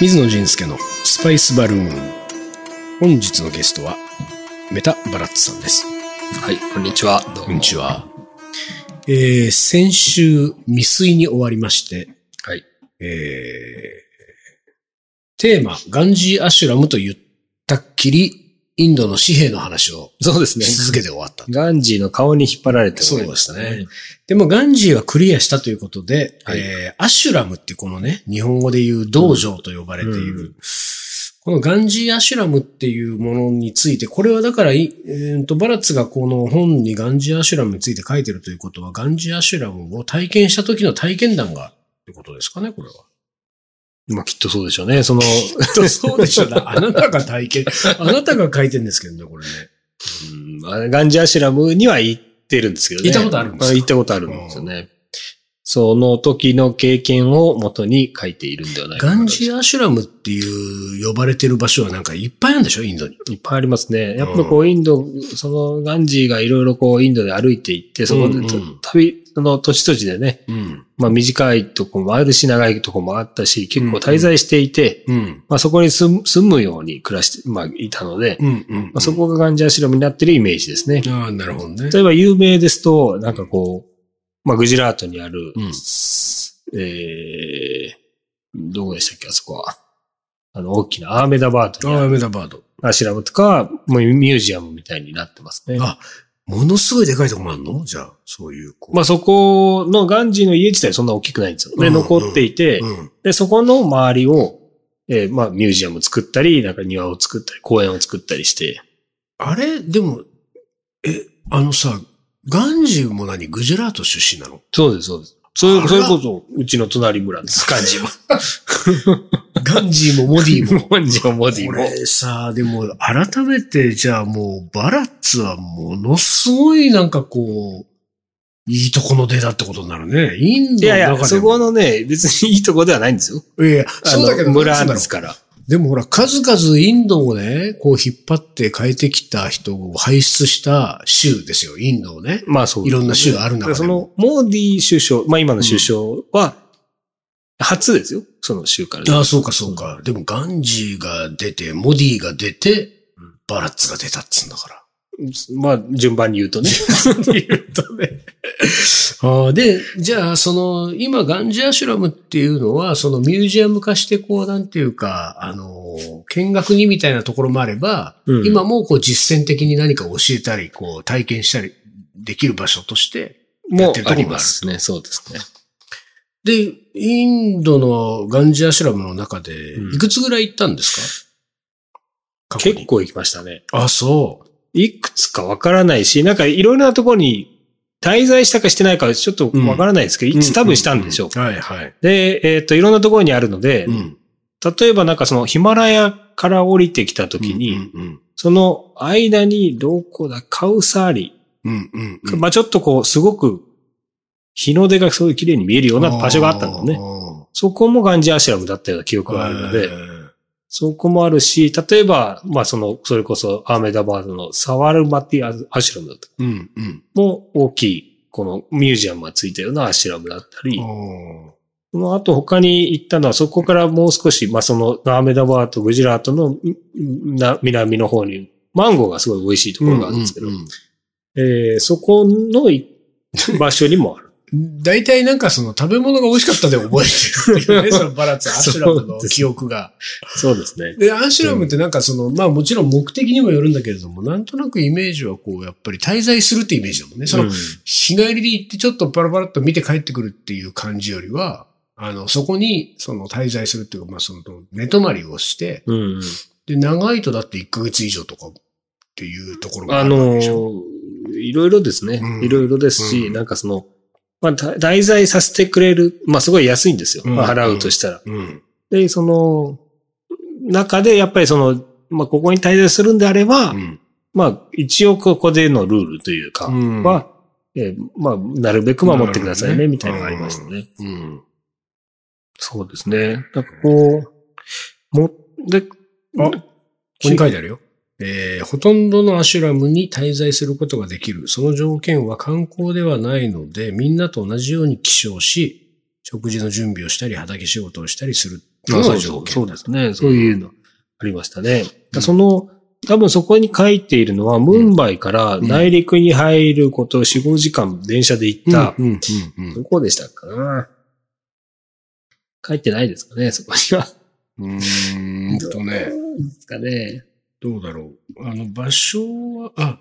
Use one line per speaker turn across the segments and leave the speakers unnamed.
水野仁介のスパイスバルーン。本日のゲストは、メタ・バラッツさんです。
はい、こんにちは。どうも。
こんにちは。えー、先週、未遂に終わりまして、
はい。
えー、テーマ、ガンジー・アシュラムと言ったっきり、インドの紙幣の話を
そうですね。
し続けて終わった。
ガンジーの顔に引っ張られて
そうでしたね。でも、ガンジーはクリアしたということで、
はい
えー、アシュラムってこのね、日本語で言う道場と呼ばれている、
うん
このガンジーアシュラムっていうものについて、これはだからい、えーと、バラッツがこの本にガンジーアシュラムについて書いてるということは、ガンジーアシュラムを体験した時の体験談が、ってことですかね、これは。
まあきっとそうでしょうね。その、
とそうでしょうね。あなたが体験、あなたが書いてんですけどね、これね。
うんあガンジーアシュラムには行ってるんですけどね。
行ったことあるんですか
行ったことあるんですよね。その時の経験を元に書いているんではないか
ガ
な
ンジーアシュラムっていう呼ばれてる場所はなんかいっぱいあるんでしょ、インドに。
いっぱいありますね。やっぱりこう、インド、そのガンジーがいろいろこう、インドで歩いていって、そこで、
うんうん
た旅、その都市都市でね、
うん。
まあ短いとこもあるし、長いとこもあったし、結構滞在していて、
うん。
まあそこに住む住むように暮らして、まあいたので、
うん。うん
まあ、そこがガンジャーシラムになってるイメージですね。
ああ、なるほどね。
例えば有名ですと、なんかこう、まあグジラートにある、
うん
えー、どこでしたっけ、あそこは。あの大きなアーメダバートに
あ
あ
あ、
る
メダバード。
アシュラムとか、もうミュージアムみたいになってますね。
あ、ものすごいでかいとこもあるのじゃあ、そういう、こう。
まあそこのガンジーの家自体そんな大きくないんですよ。
うんう
で、
ん
残っていて、
うん。
で、そこの周りを、えーまあミュージアム作ったり、なんか庭を作ったり、公園を作ったりして、
あれ、でも、え、あのさ、ガンジーも何グジュラート出身なの
そうです、そうです。それ
あら
それこそ、うちの隣村です、ガ ンジーも。
ガンジーもモディ も。
ガンジーもボディ
こ
も。
れさ、でも改めて、じゃあもうバラッツはものすごいなんかこう、いいとこの出だってことになるね。イン
い
ドの中でも。
やいや、そこのね、別にいいとこではないんですよ。
いやいや そうだけ
あ
ど、
の
な
村
んつうんだ
で
ろう
すから。
でもほら、数々インドをね、こう引っ張って変えてきた人を輩出した州ですよ、インドをね。
まあそう。
いろんな州ある中でも
その、モーディ首相、まあ今の首相は、初ですよ。その州からね。
ああ、そうかそうか。でもガンジーが出て、モディが出て、バラッツが出たっつうんだから。
まあ、順番に言うとね。
って言うとね。ああで、じゃあ、その、今、ガンジアシュラムっていうのは、そのミュージアム化して、こう、なんていうか、あの、見学にみたいなところもあれば、
うん
今もう、こう、実践的に何か教えたり、こう、体験したりできる場所として、 や
も
っ
う
てるとこもある
ありますね。そうですね。
で、インドのガンジアシュラムの中で、
うん
いくつぐらい行ったんですか、過去に
結構行きましたね。
あ、そう。
いくつかわからないし、なんかいろいろなところに滞在したかしてないかちょっとわからないですけど、いつ多分したんでしょう。
うんはいはい。
で、えっ、と、いろんなところにあるので、
うん。
例えばなんかそのヒマラヤから降りてきた時に、
うんうん
その間にどこだ、カウサーリ、
うんうんうん。
まあちょっとこう、すごく日の出がすごい綺麗に見えるような場所があったのね。
ね。
そこもガンジーアシュラムだったような記憶があるので、そこもあるし、例えば、まあその、それこそアーメダバードのサワルマティアシュラムだった。
うんうん。
もう大きい、このミュージアムがついたようなアシュラムだったり、まあ、あと他に行ったのは、そこからもう少し、まあ、その、アーメダバーとグジラートのんな南の方に、マンゴーがすごい美味しいところがあるんですけど、えーそこのい場所にもある。
大体なんかその食べ物が美味しかったで覚えてるよ ね、そのバラッツ、アシュラムの記憶が。
そうですね。
で、アシュラムってなんかその、まあもちろん目的にもよるんだけれども、なんとなくイメージはこう、やっぱり滞在するってイメージだもんね。その、
うん
日帰りで行ってちょっとパラパラっと見て帰ってくるっていう感じよりは、あの、そこに、その滞在するっていうか、まあその、寝泊まりをして、
うん
で、長いとだって1ヶ月以上とかっていうところがあ
あ
るわ
の
けでしょ。
ーいろいろですね
う。ん
いろいろですし、
うん
なんかその、まあ、た滞在させてくれる、まあ、すごい安いんですよ。
うん
まあ、払うとしたら。
うん。
で、その、中で、やっぱりその、まあ、ここに滞在するんであれば、
うん
まあ、一応ここでのルールというか、
うん
は、えーまあ、なるべく守ってくださ
な
い
るほどね
ね、みたいなのがありましたね。
うん。
そうですね。なんかこう、も、で、
あここに書いてあるよ。えー、ほとんどのアシュラムに滞在することができる。その条件は観光ではないので、みんなと同じように起床し、食事の準備をしたり、畑仕事をしたりするっていう
そ
のが
うそう
条件。
そうですね。そういうのありましたね。その、多分そこに書いているのは、ムンバイから内陸に入ることを4、5時間電車で行っ
うん
た、
うんうん
どこでしたかな書いてないですかね、そこには。
うん。うーんとね、
ですかね。
どうだろう。あの、場所は、あ、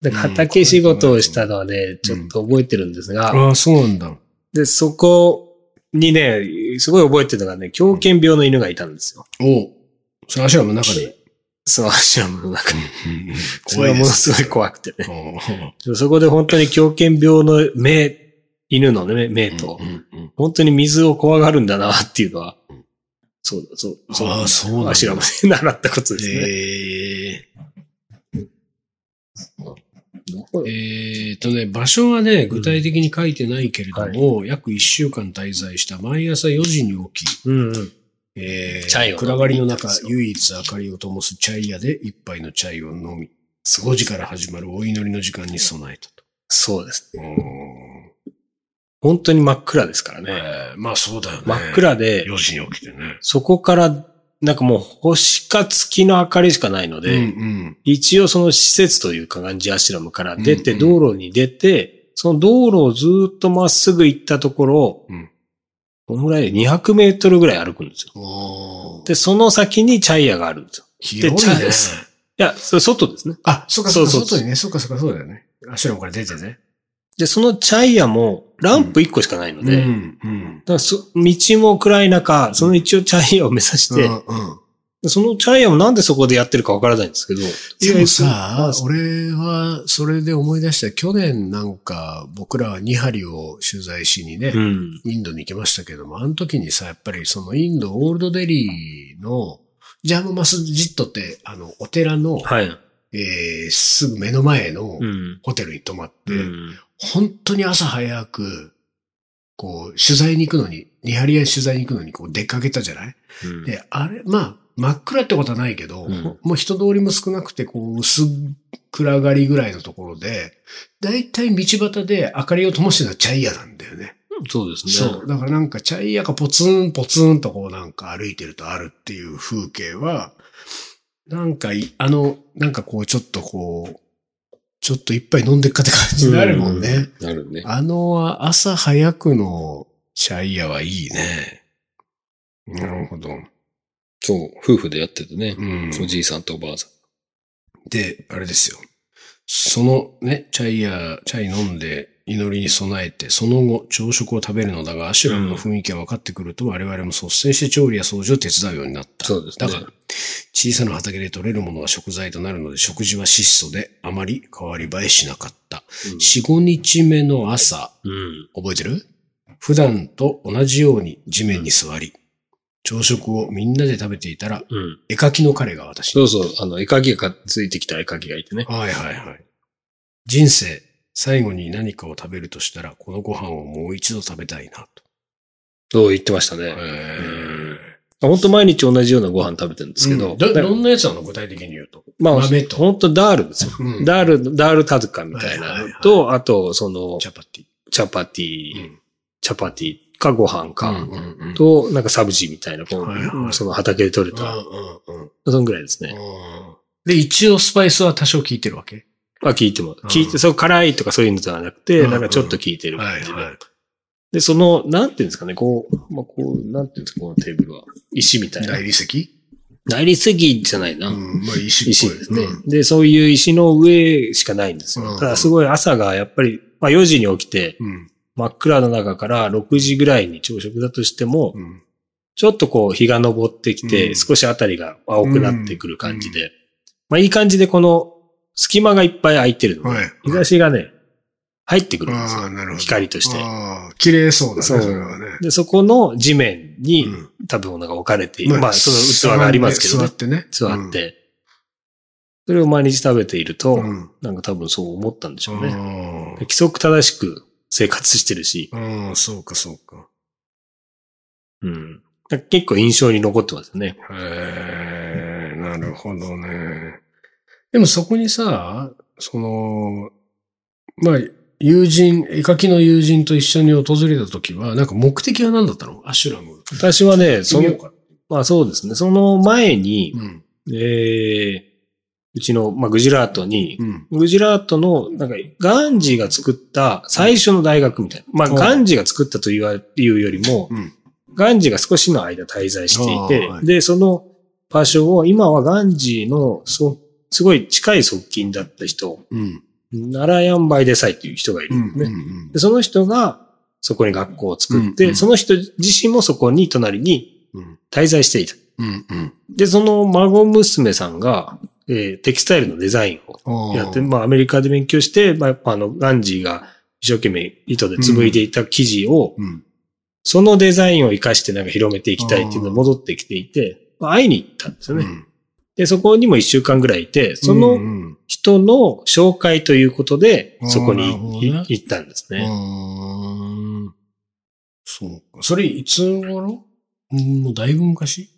で畑仕事をしたのはね、ちょっと覚えてるんですが、
ああ、そうなんだ。
で、そこにね、すごい覚えてるのがね、狂犬病の犬がいたんですよ。
おそれアシュラムの中 で。
そのアシュラムの中に。そ
怖
れ
い
は
で
ものすごい怖くてね。
うん
そこで本当に狂犬病の目、犬のね、目と、
うんうん
本当に水を怖がるんだなっていうのは
うん、
そう、そう、
ああ、そうなんだ。
アシュラムで習ったことですね。
え
どこ
ー、えーとね、場所はね、具体的に書いてないけれども、約1週間滞在した毎朝4時に起き、
うんうん。
えー、
チャイを飲み
暗がりの中
そう、そう
唯一明かりを灯すチャイ屋で一杯のチャイを飲み、5時から始まるお祈りの時間に備えたと。
そうです。
うーん
本当に真っ暗ですからね。
えーまあそうだよね。
真っ暗で、
4時に起きてね。
そこから、なんかもう星か月の明かりしかないので、
うん
一応その施設というかガンジアシュラムから出て、
うんうん
道路に出て、その道路をずーっとまっすぐ行ったところ、
うん
このぐらいで200メートルぐらい歩くんですよ。
うん。おー
で、その先にチャイヤがあるんですよ。で
広
チャ
い
イ
ね
で。すいや、それ外ですね。
あ、そっかそっか、
そうそう
外にね、そっかそっか、そうだよね。アシュラムから出てね。
で、そのチャイヤもランプ1個しかないので、だ
ん、うん。
からそ道も暗い中、その一応チャイヤを目指して、
うんうん、
そのチャイヤもなんでそこでやってるかわからないんですけど、
でも
意外
さ
と、
俺はそれで思い出した去年なんか僕らはニハリを取材しにね、
うん。
インドに行きましたけども、あの時にさ、やっぱりそのインド、オールドデリーのジャムマスジットって、あの、お寺の、
はい。
えーすぐ目の前の
うん。
ホテルに泊まって、
うん
本当に朝早く、こう、取材に行くのに、ニハリへ取材に行くのにこう出かけたじゃない
うん
で、あれ、まあ、真っ暗ってことはないけど、
うん
もう人通りも少なくて、こう、薄暗がりぐらいのところで、だいたい道端で明かりを灯してるのはチャイヤなんだよね。
そうですね。
そう。だからなんかチャイヤがポツンポツンとこうなんか歩いてるとあるっていう風景は、なんかい、あの、なんかこうちょっとこう、ちょっと一杯飲んでっかって感じになるもんね。
うん。なるね。
あの朝早くのチャイヤはいいね。なるほど。
そう、夫婦でやっててね。
うん
おじいさんとおばあさん。
で、あれですよ。そのね、チャイや、チャイ飲んで、祈りに備えて、その後、朝食を食べるのだが、アシュラムの雰囲気が分かってくると、我々も率先して調理や掃除を手伝うようになった。
そうです
だ
ね。
から、小さな畑で取れるものは食材となるので、食事は質素で、あまり変わり映えしなかった。4、5日目の朝、
うん。
覚えてる普段と同じように地面に座り、朝食をみんなで食べていたら、
うん。
絵描きの彼が私に
そうそう、あの、絵描きがついてきた絵描きがいてね。
はいはいはい。人生、最後に何かを食べるとしたら、このご飯をもう一度食べたいなと。
そう言ってましたね。
へ
本当毎日同じようなご飯食べてるんですけど。だ
どんなやつなの具体的に言うと。
まあ、
豆と
本当ダールですよ。
うん
ダール、ダールタズカみたいなのと、あと、その、
チャパティ。
チャパティ、チャパティかご飯か、
うんうんうん
と、なんかサブジみたいな、こう
はいはい
その畑で採れた、
うんうんうん
そのぐらいですね。
で、一応スパイスは多少効いてるわけ
まあ聞いても、
うん
聞いて、そう、辛いとかそういうのではなくて、
うん
なんかちょっと聞いてる
は
感
い
じの。
はい。
で、その、なんていうんですかね、こう、まあ、こう、なんていうんですか、このテーブルは。石みたいな
大。理石
内立石じゃないな。
ん、まあ石
石
っ
です
ぽい
ね、で、そういう石の上しかないんですよ。
うん
ただすごい朝がやっぱり、まあ4時に起きて、
うん。
真っ暗の中から6時ぐらいに朝食だとしても、
うん
ちょっとこう日が昇ってきて、
うん
少しあたりが青くなってくる感じで、まあいい感じでこの隙間がいっぱい空いてるので、
はい。
日差しがね、入ってくるんです
あ
よ。
あ、なるほど。
光として。
ああ、綺麗そうだね、
そう
それはね。
で、そこの地面に
うん
食べ物が置かれている。まあその器がありますけどね
座。ってね。
座って、それを毎日食べていると、
うん。うん
なんか多分そう思ったんでしょうね。
ね
規則正しく生活してるし、
うん、そうか、そうか。
うん、結構印象に残ってますよね。
へえ、なるほどね。でもそこにさ、その、まあ、友人、絵描きの友人と一緒に訪れた時は、なんか目的は何だったのアシュラム。
私はね、そ
見よ
の
う、か
まあそうですね、その前に
う、ん。
えー、うちの、まあ、グジェラートに、
うん。
グジェラートの、なんか、ガンジーが作った最初の大学みたいな。まあ、
うん
ガンジーが作ったと言わいうよりも、
うん
ガンジーが少しの間滞在していて、
あーはい
で、その場所を、今はガンジーの、そすごい近い側近だった人、
うん。
ナラヤンバイデサイっていう人がいる
うん
ですね。
ん。うん
でその人が、そこに学校を作って、
うんうん
その人自身もそこに隣に
うん。
滞在していた。
うん。うん。
で、その孫娘さんが、えーテキスタイルのデザインを
あー
やって、まあ、アメリカで勉強して、まあ、やっぱあの、ガンジーが一生懸命糸で紡いでいた生地を、
うん。
そのデザインを活かしてなんか広めていきたいっていうので
あー
戻ってきていて、まあ会いに行ったんですよね。
うん
で、そこにも一週間ぐらいいて、そ
うん
の
うん
人の紹介ということで
あ、ー
そこに
なるほど
い
ね
行ったんですね。
うーんそうか。それ、いつ頃うんもうだいぶ昔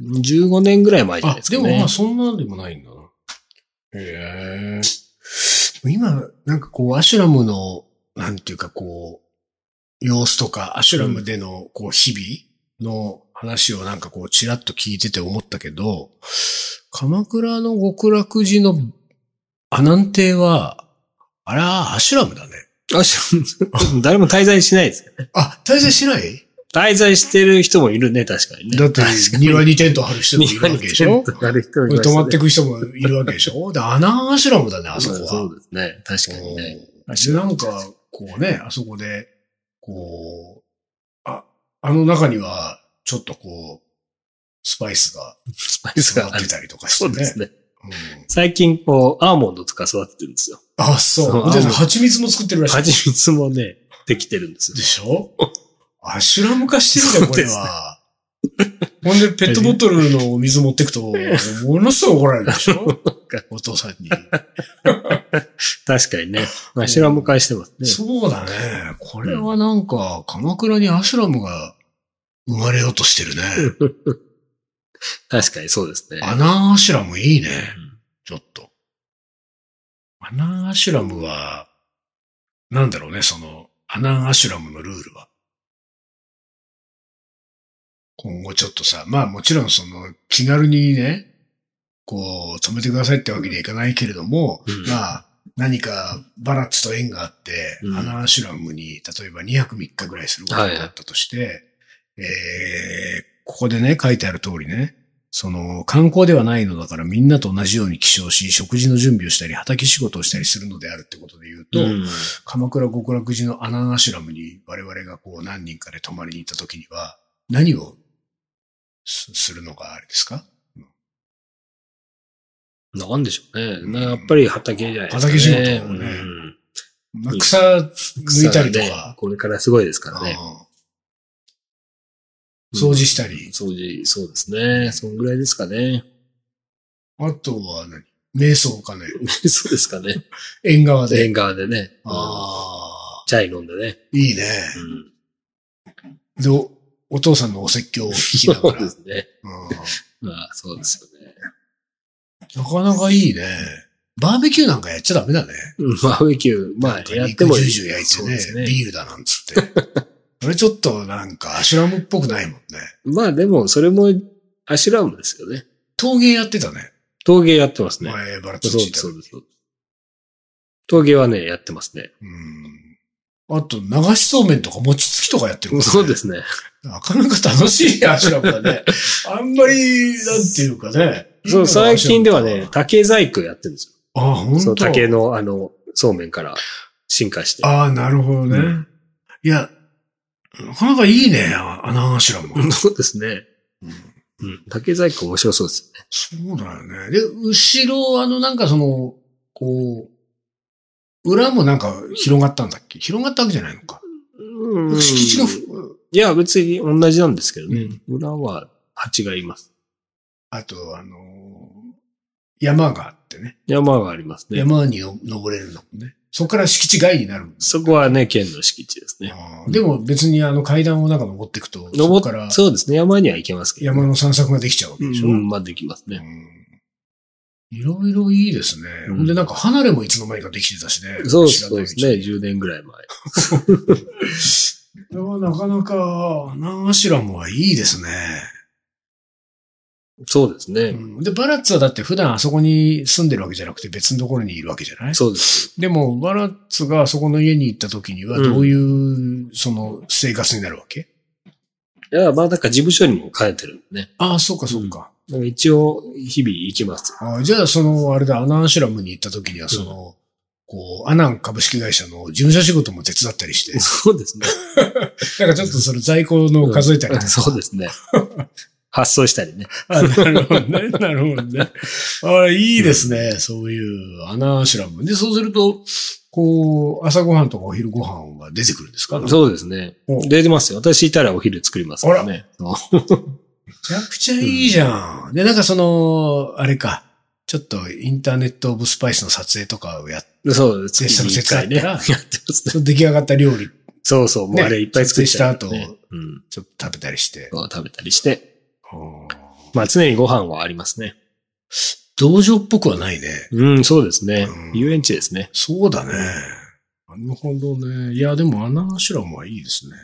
15年ぐらい前じゃない
あ
で、す
で
か
も
ね
まあ。そんなでもないんだな。へえ。今、なんかこう、アシュラムの、なんていうかこう、様子とか、アシュラムでの、こう、日々の話をなんかこう、ちらっと聞いてて思ったけど、鎌倉の極楽寺の阿南亭は、あれはアシュラムだね。
あし 誰も滞在しないですよ。
あ、滞在しない
滞在してる人もいるね、確かにね。
だって
確か、に
庭にテント張る人もいるわけでしょ
庭にテントある人もいました
泊
ね
まってく人もいるわけでしょで、アナンアシュラムだね、あそこは。
そうですね。確かにね。
うんで、なんか、こうね、あそこで、こう、あ、あの中には、ちょっとこう、スパイスが
スパイス
育
があ
っ
る
て。たりとかし
そ
て
うで
ね。
すね。
うん
最近、こう、アーモンドとか育ててるんですよ。
あ、
そう
そう。
あ
で、
の
蜂蜜も作ってるらしい。
蜂蜜もね、できてるんですよ
で。しょアシュラム化してるね、これは。ほんで、ペットボトルのお水持ってくと、ものすごい怒られるでしょお父さんに。
確か にね。まあ、シュラム化してますね。
そうだね。これはなんか、鎌倉にアシュラムが生まれようとしてるね。
確かにそうですね。
アナンアシュラムいいね
うん。
ちょっと。アナンアシュラムは、なんだろうね、その、アナンアシュラムのルールは。今後ちょっとさ、まあもちろんその、気軽にね、こう、止めてくださいってわけにはいかないけれども、
うん
まあ、何かバラッツと縁があって、
うん
アナンアシュラムに、例えば2泊3日ぐらいすることになったとして、えーここでね、書いてある通りね、その、観光ではないのだからみんなと同じように起床し、食事の準備をしたり、畑仕事をしたりするのであるってことで言うと、
うん
鎌倉極楽寺のアナンアシュラムに我々がこう何人かで泊まりに行った時には、何をすするのがあれですか
なんでしょうね。なやっぱり畑じゃないですか、ね。
畑仕事もね
うん
まあ
うん
草抜いたりと
草がね
か、
これからすごいですからね。
うん掃除したり、
掃除、そうですね。そんぐらいですか ね。
あとは何瞑想かね。
そうですかね。
縁側で。
縁側でね。
ああ、
チャイ飲んでね。
いいね。
うん
で、おお父さんのお説教を聞きな
そ
が
う
ら。
ですね。
うん
まあ、そうですよね。
なかなかいいね。バーベキューなんかやっちゃダメだね。
うんバーベキュー、まあ、やって
肉
も
ジュー
い
ジュー焼いて
そう
ね
ですね
ビールだなんつって。 それちょっとなんかアシュラムっぽくないもんね。
まあ、でも、それも、アシュラムですよね。
陶芸やってたね。
陶芸やってますね。
前、バラッ
そ
ツ
うで
チ
す、
ータ
そうです。そうです陶芸はね、やってますね。
うん。あと、流しそうめんとか餅つきとかやってるからね
そうですね。
なかなか楽しいねアシュラム だね。あんまり、なんていうかね。
そう、最近ではね、
あ
竹細工やってるんです
あ、本
よ。
当。
そう、竹の、あの、そうめんから進化して。
ああ、なるほどね。
うん
いや、なかなかいいね、ああのアシュラム。
そうですね。
うん
うん。竹細工面白そうですね。
そうだよね。で、後ろ、あの、なんかその、こう、裏もなんか広がったんだっけ広がったわけじゃないのか。
うん
敷地がふ、
いや、別に同じなんですけどね。
うん
裏は蜂がいます。
あと、あのー山があってね。
山がありますね。
山にの登れるのもね。そこから敷地外になるんです
そこはね、県の敷地ですね。
あーでも別にあの階段をなんか登っていくと、そこ
登
か
っ
ら
そうですね。山には行けますけどね、
山の散策ができちゃうわけでしょ。
うん、まあできますね。
うんいろいろいいですね。
うん
ほんで、なんか離れもいつの間にかできてたしね。
そう
知ら
そう
な
で
い
す
ち
ね。
に
10年ぐらい前。
これはなかなか、ナンアシュラムはいいですね。
そうですね。
うんで、バラッツはだって普段あそこに住んでるわけじゃなくて別のところにいるわけじゃない
そうです。
でも、バラッツがそこの家に行った時には
うん
どういう、その生活になるわけ、
いや、まあなんか事務所にも変えてるんでね。
ああ、そうかそうか。
なんか一応、日々行きます。
ああじゃあ、その、あれだ、アナンシュラムに行った時には、その、こう、アナン株式会社の事務所仕事も手伝ったりして、
そうですね。
なんかちょっとその在庫の数えたりとか、
そうで すね。発送したりね。
あ、なるほどね。なるほどね。あいいですね。そういうアナーシュラム。で、そうすると、こう、朝ごはんとかお昼ご飯は出てくるんですかめ
そうですね
お。
出てますよ。私いたらお昼作りますからね。そう
ちゃくちゃいいじゃん。で、なんかその、あれか。ちょっとインターネットオブスパイスの撮影とかをやっ
そうです。
で
月に一回ね。
そ
や
の
って
節
ますね。
て、出来上がった料理、
そうそう。もう
ね
あれいっぱい作っちゃう
撮影した後
うん。
ちょっと食べたりして。
こう食べたりして。
はあ
まあ常にご飯はありますね。
道場っぽくはないね。
うん、そうですね
う。ん
遊園地ですね。
そうだね。なるほどね。いや、でもアナーシュラムはいいですね。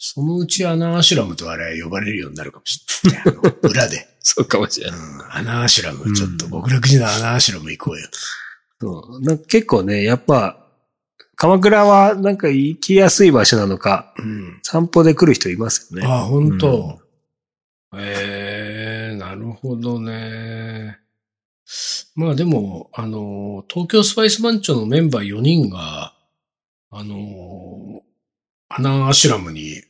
そのうちアナーシュラムとあれ呼ばれるようになるかもしれない。あの裏で。
そうかもしれ
う
ない。
ん、アナーシュラム、ちょっと極楽寺のアナーシュラム行こうよ。
そうなんか結構ね、やっぱ、鎌倉はなんか行きやすい場所なのか、
うん。
散歩で来る人いますよね。
あ、本当、ええなるほどね。まあでも、あの、東京スパイス番長のメンバー4人が、あの、アナーシュラムに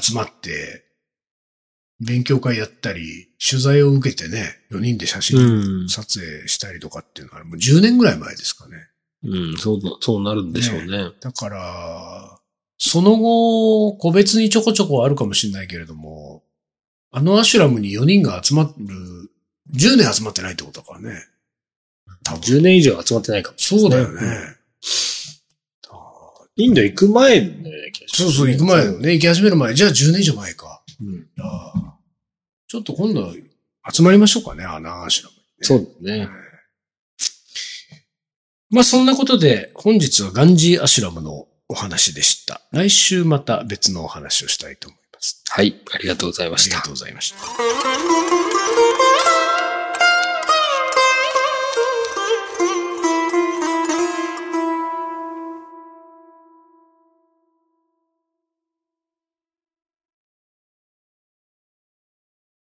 集まって、勉強会やったり、取材を受けてね、4人で写
う
真
ん。
撮影したりとかっていうのは、もう10年ぐらい前ですかね。
うん、そう、そうなるんでしょうね。
だから、その後、個別にちょこちょこあるかもしれないけれども、あのアシュラムに4人が集まる、10年集まってないってことだからね。多分。
10年以上集まってないかもしれ
そ
な
う
い
だ
です
よ
ね。
ね。あー
インド行く前のね気がし
そ
ま
う
す
そう、行く前だよね。行き始める前。じゃあ10年以上前か。
うん
あーちょっと今度、集まりましょうかね、あのアシュラム。
そうですね。
まあそんなことで本日はガンジーアシュラムのお話でした。来週また別のお話をしたいと思います。
はい、ありがとうございま
あ
し
りが
た
と。うございました。
Thank you.